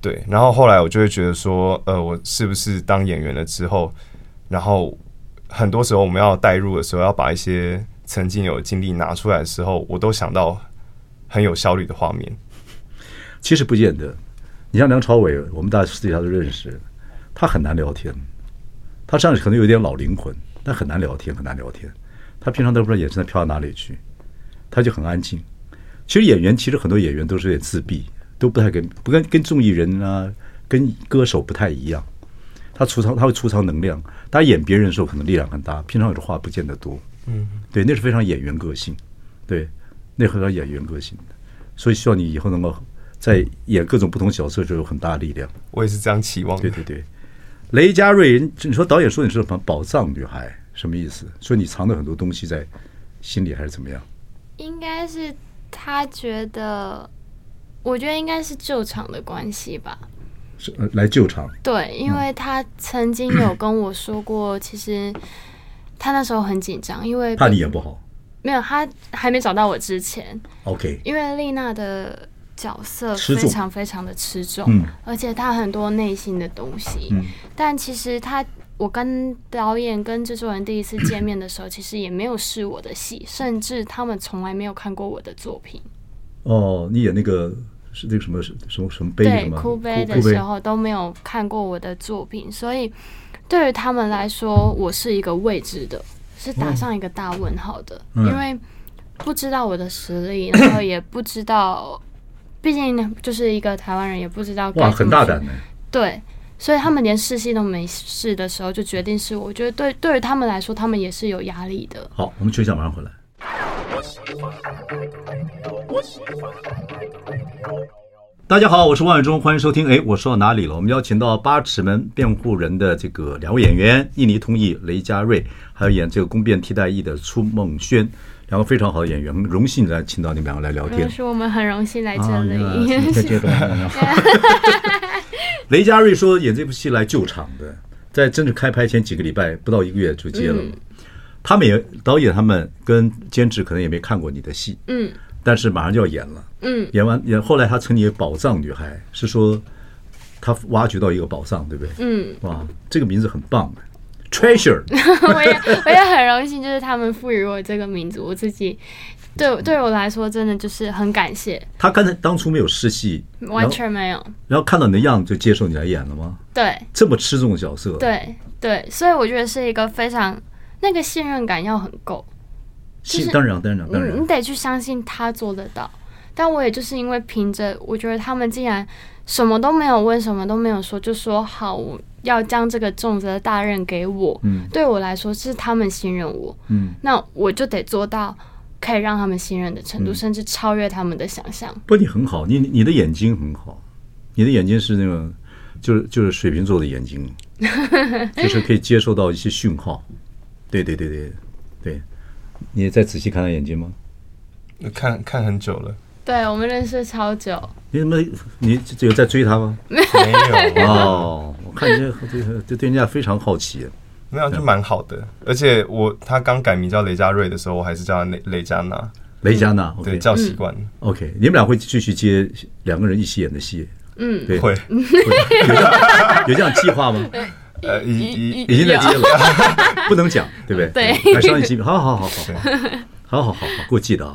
S3: 对，然后后来我就会觉得说，呃，我是不是当演员了之后，然后很多时候我们要带入的时候，要把一些曾经有的经历拿出来的时候，我都想到很有效率的画面。
S1: 其实不见得。你像梁朝伟，我们大家私底下都认识，他很难聊天，他上去可能有点老灵魂，但很难聊天，很难聊天。他平常都不知道眼神飘到哪里去，他就很安静。其实演员，其实很多演员都是有点自闭，都不太跟不跟跟综艺人啊，跟歌手不太一样。他储藏他会储藏能量，他演别人的时候可能力量很大，平常有的话不见得多。嗯，对，那是非常演员个性，对，那很常演员个性的，所以希望你以后能够在演各种不同角色就有很大的力量。
S3: 我也是这样期望
S1: 对
S3: 的。
S1: 对对，雷佳瑞，人你说导演说你是什么宝藏女孩，什么意思？说你藏了很多东西在心里还是怎么样？
S2: 应该是他觉得，我觉得应该是救场的关系吧。
S1: 是呃来救场，
S2: 对，因为他曾经有跟我说过，其实他那时候很紧张，因为
S1: 怕你演不好。
S2: 没有他还没找到我之前，
S1: OK，
S2: 因为丽娜的角色
S1: 吃
S2: 非
S1: 重
S2: 常非常的吃重，
S1: 嗯
S2: 而且她很多内心的东西。
S1: 嗯
S2: 但其实她，我跟导演跟制作人第一次见面的时候，其实也没有试我的戏，甚至他们从来没有看过我的作品。
S1: 哦，你演那个是那个什么什么什么杯
S2: 对
S1: 什，么
S2: 哭悲的时候都没有看过我的作品，所以对于他们来说，我是一个未知的，是打上一个大问号的，
S1: 嗯
S2: 因为不知道我的实力，然后也不知道，毕竟就是一个台湾人，也不知道该
S1: 哇，
S2: 怎
S1: 很
S2: 么
S1: 大
S2: 去
S1: 胆呢。
S2: 对。所以他们连试戏都没试的时候就决定是我，我觉得对对于他们来说，他们也是有压力的。
S1: 好，我们休息一下，马上回来。大家好，我是万永忠，欢迎收听。哎，我说到哪里了？我们邀请到八尺门辩护人的这个两位演员，印尼通译雷佳瑞，还有演这个宫辩替代役的初梦轩，两个非常好的演员，很荣幸来请到你们两个来聊天
S2: 就。是我们很荣幸来这
S1: 啊，
S2: 里，
S1: 原来是这种雷佳瑞说演这部戏来救场的，在正式开拍前几个礼拜，不到一个月就接了。
S2: 嗯
S1: 他们也导演他们跟监制可能也没看过你的戏，
S2: <laughs> 嗯，
S1: 但是马上就要演了，
S2: 嗯，
S1: 演完演后来他称你为宝藏女孩，是说他挖掘到一个宝藏，对不对？
S2: 嗯，
S1: 哇，这个名字很棒，treasure，
S2: <laughs> 我也我也很荣幸，就是他们赋予我这个名字，我自己对对我来说真的就是很感谢，
S1: 他刚才当初没有试戏，然后
S2: 完全没有，
S1: 然后看到你的样子就接受你来演了吗？
S2: 对
S1: 这么吃重的角色，，
S2: 对对，所以我觉得是一个非常那个信任感要很够，就是嗯
S1: 当然当然
S2: 你
S1: 当然，
S2: 你得去相信他做得到。但我也就是因为凭着，我觉得他们竟然什么都没有问，什么都没有说，就说好我要将这个重责大任给我。
S1: 嗯
S2: 对我来说是他们信任我，
S1: 嗯。
S2: 那我就得做到可以让他们信任的
S1: 嗯
S2: 程度，甚至超越他们的想象。
S1: 不，你很好，你你的眼睛很好，你的眼睛是那种，就是就是水瓶座的眼睛，就是可以接受到一些讯号。对对对对对，你也在仔细看他眼睛吗？
S3: 看看很久了，
S2: 对我们认识超久，
S1: 你怎么你有在追他吗？
S3: 没有，啊
S1: <laughs> 哦，我看你这这这对人家非常好奇。
S3: 没有就蛮好的。而且我他刚改名叫雷佳瑞的时候，我还是叫他雷雷佳娜，
S1: 雷佳娜
S3: 对，
S1: ，OK
S3: 叫习惯了。
S1: OK，你们俩会继续接两个人一起演的戏？嗯，对，
S3: 会，
S1: 有这样计划吗？
S3: 呃，已已
S1: 已经在接了，不能讲，对不对？对，还上一期，好好好好好，好好好好，给我记得啊。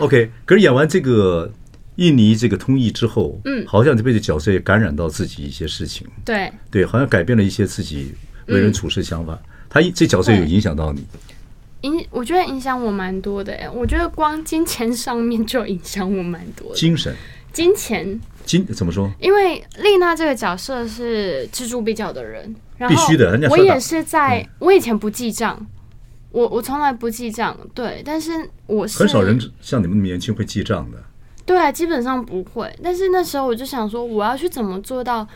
S1: OK，可是演完这个印尼这个通译之后，嗯，好像这辈子角色也感染到自己一些事情，
S2: 对
S1: 对，好像改变了一些自己为人处事想法。他一这角色有影响到你，
S2: 影，我觉得影响我蛮多的诶。欸我觉得光金钱上面就影响我蛮多的。
S1: 精神
S2: 金钱，
S1: 精怎么说？
S2: 因为丽娜这个角色是锱铢必较的人，然后
S1: 必须的人家
S2: 我
S1: 说
S2: 也
S1: 的嗯
S2: 是在，我以前不记账，我我从来不记账，对，但是我是
S1: 很少人像你们那么年轻会记账的。
S2: 对啊，基本上不会。但是那时候我就想说，我要去怎么做到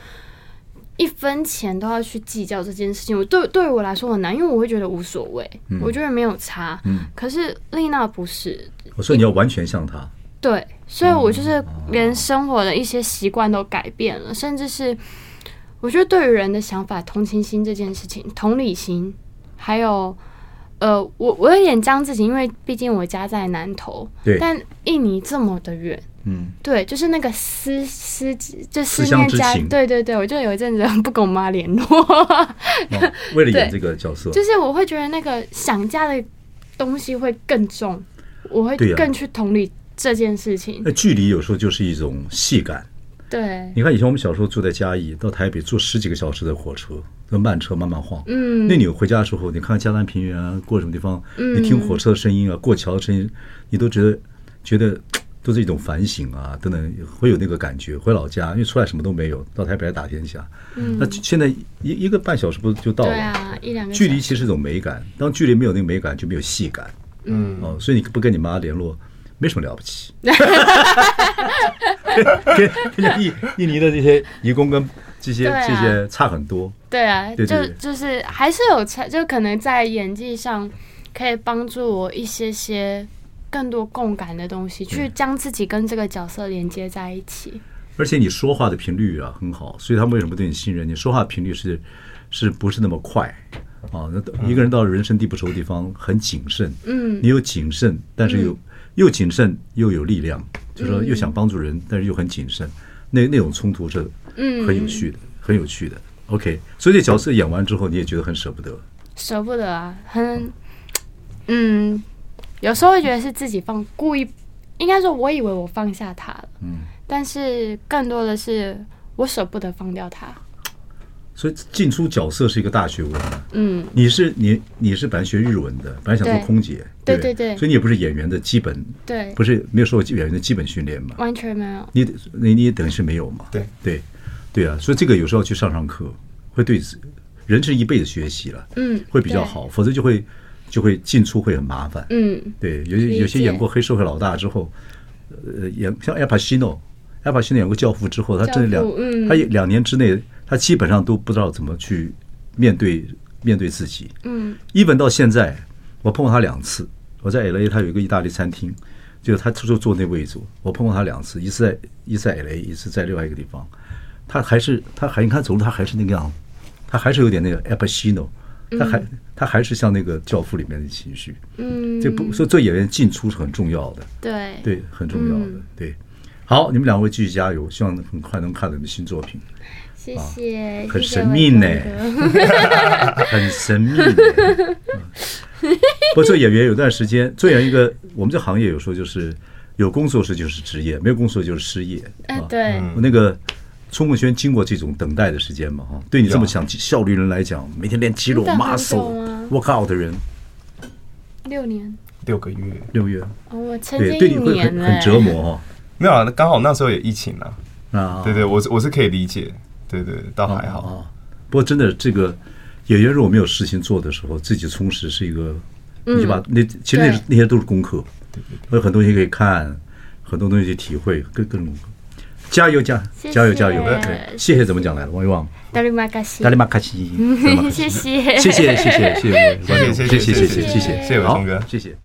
S2: 一分钱都要去计较这件事情？我对对于我来说很难，因为我会觉得无所谓，我觉得没有差。
S1: 嗯
S2: 可是丽娜不是，
S1: 我说你要完全像他，
S2: 对，所以我就是连生活的一些习惯都改变了，甚至是我觉得对于人的想法、同情心这件事情、同理心，还有呃，我我有点将自己，因为毕竟我家在南投，
S1: 对
S2: 但印尼这么的远。
S1: 嗯，
S2: 对，就是那个思思就思
S1: 思乡
S2: 念
S1: 之
S2: 家
S1: 情，
S2: 对对对，我就有一阵子不跟我妈联络， <laughs>
S1: 哦为了演
S2: 对
S1: 这个角色，
S2: 就是我会觉得那个想家的东西会更重，我会
S1: 对啊
S2: 更去同理这件事情。
S1: 那距离有时候就是一种戏感。
S2: 对，
S1: 你看以前我们小时候住在嘉义，到台北坐十几个小时的火车，那慢车慢慢晃。
S2: 嗯
S1: 那你回家的时候，你看看嘉南平
S2: 嗯
S1: 原啊，过什么地方，你听火车的声音啊，过桥的声音，你都觉得觉得都是一种反省啊，等等，会有那个感觉。回老家，因为出来什么都没有，到台北来打天下。嗯，那现在一一个半小时不就到了？
S2: 对啊，一两个
S1: 距
S2: 小
S1: 离
S2: 时
S1: 其实是一种美感，当距离没有那个美感，就没有戏感。嗯，哦，所以你不跟你妈联络，没什么了不
S2: <laughs>
S1: 起。 <laughs> 跟跟像印印尼的这些移工跟这些、
S2: 对啊
S1: 这些差很多。
S2: 对啊，
S1: 对对对
S2: 就就是还是有差，就可能在演技上可以帮助我一些些更多共感的东西，去将自己跟这个角色连接在一起。
S1: 而且你说话的频率啊很好，所以他们为什么对你信任？你说话频率是是不是那么快啊？那一个人到人生地不熟的地方，很谨慎。
S2: 嗯
S1: 你有谨慎，但是有又谨慎又有力量，
S2: 嗯
S1: 就是说又想帮助人，但是又很谨慎，那那种冲突是
S2: 嗯
S1: 很有趣的，很有趣的。OK，所以这角色演完之后，你也觉得很舍不得。
S2: 舍不得啊，很，嗯，有时候会觉得是自己放故意，应该说我以为我放下他了，
S1: 嗯，
S2: 但是更多的是我舍不得放掉他，
S1: 所以进出角色是一个大学问啊。
S2: 嗯，
S1: 你是你你是本来学日文的，本来想做
S2: 对
S1: 空姐，
S2: 对
S1: 不
S2: 对对
S1: 所以你也不是演员的基本，
S2: 对
S1: 不是没有受过演员的基本训练嘛？
S2: 完全没有，
S1: 你你你也等于是没有嘛？
S3: 对
S1: 对对啊，所以这个有时候要去上上课，会对自人是一辈子学习了，
S2: 嗯
S1: 会比较好，否则就会就会进出会很麻烦。
S2: 嗯，
S1: 对，有些
S2: 理解
S1: 有些演过黑社会老大之后，呃，演像 Al Pacino，Al Pacino 演过《教父》之后，他
S2: 教
S1: 这两、
S2: 父嗯
S1: 他也两年之内，他基本上都不知道怎么去面对面对自己。
S2: 嗯
S1: ，even 到现在，我碰过他两次。我在 LA，他有一个意大利餐厅，就是他就坐那位置，我碰过他两次，一次在一次在 LA，一次在另外一个地方。他还是他还你看走路，他还是那个样子，他还是有点那个 Al Pacino，他还、他还是像那个《教父》里面的情绪。
S2: 嗯，
S1: 这不，所以做演员进出是很重要的，
S2: 对，
S1: 对，很重要的，
S2: 嗯
S1: 对。好，你们两位继续加油，希望很快能看到你们新作
S2: <laughs>
S1: 品，
S2: 谢谢，
S1: 哦很
S2: 谢谢
S1: 神秘呢
S2: 伟忠哥
S1: 很神秘的。不过做演员有段时间，做演员一个我们这行业有时候就是有工作时就是职业，没有工作就是失业
S2: 哎
S1: 啊。
S2: 对，
S1: 我那个冲梦轩经过这种等待的时间嘛，哈，对你这么想效率人来讲，每天练肌肉、
S2: 真的很
S1: muscle
S2: 久啊、
S1: workout 的人，
S2: 六年，
S3: 六个月
S1: 六月，
S2: 哦，我曾经
S1: 对，对
S2: 一哎
S1: 你会
S2: 年
S1: 很
S2: 了，
S1: 很折磨
S3: 没有啊，刚好那时候也疫情啊，
S1: 哈啊。
S3: 对对，我是我是可以理解，对对，倒还
S1: 啊
S3: 好，。
S1: 不过真的，这个演员如果没有事情做的时候，自己充实是一个，你就把那其实那是那些都是功课，有很多东西可以看，很多东西去体会，各各种。加油加
S2: 谢谢
S1: 加油加油！对，谢谢怎么讲来了？我也忘了。
S2: 达里马卡西
S1: 达，里马卡西，达里马卡西
S2: 谢谢
S1: 谢谢谢谢谢谢观众，
S3: 谢
S1: 谢谢谢
S3: 谢谢
S1: 谢
S3: 谢谢谢谢谢伟
S1: 好
S3: 忠哥
S1: 谢谢。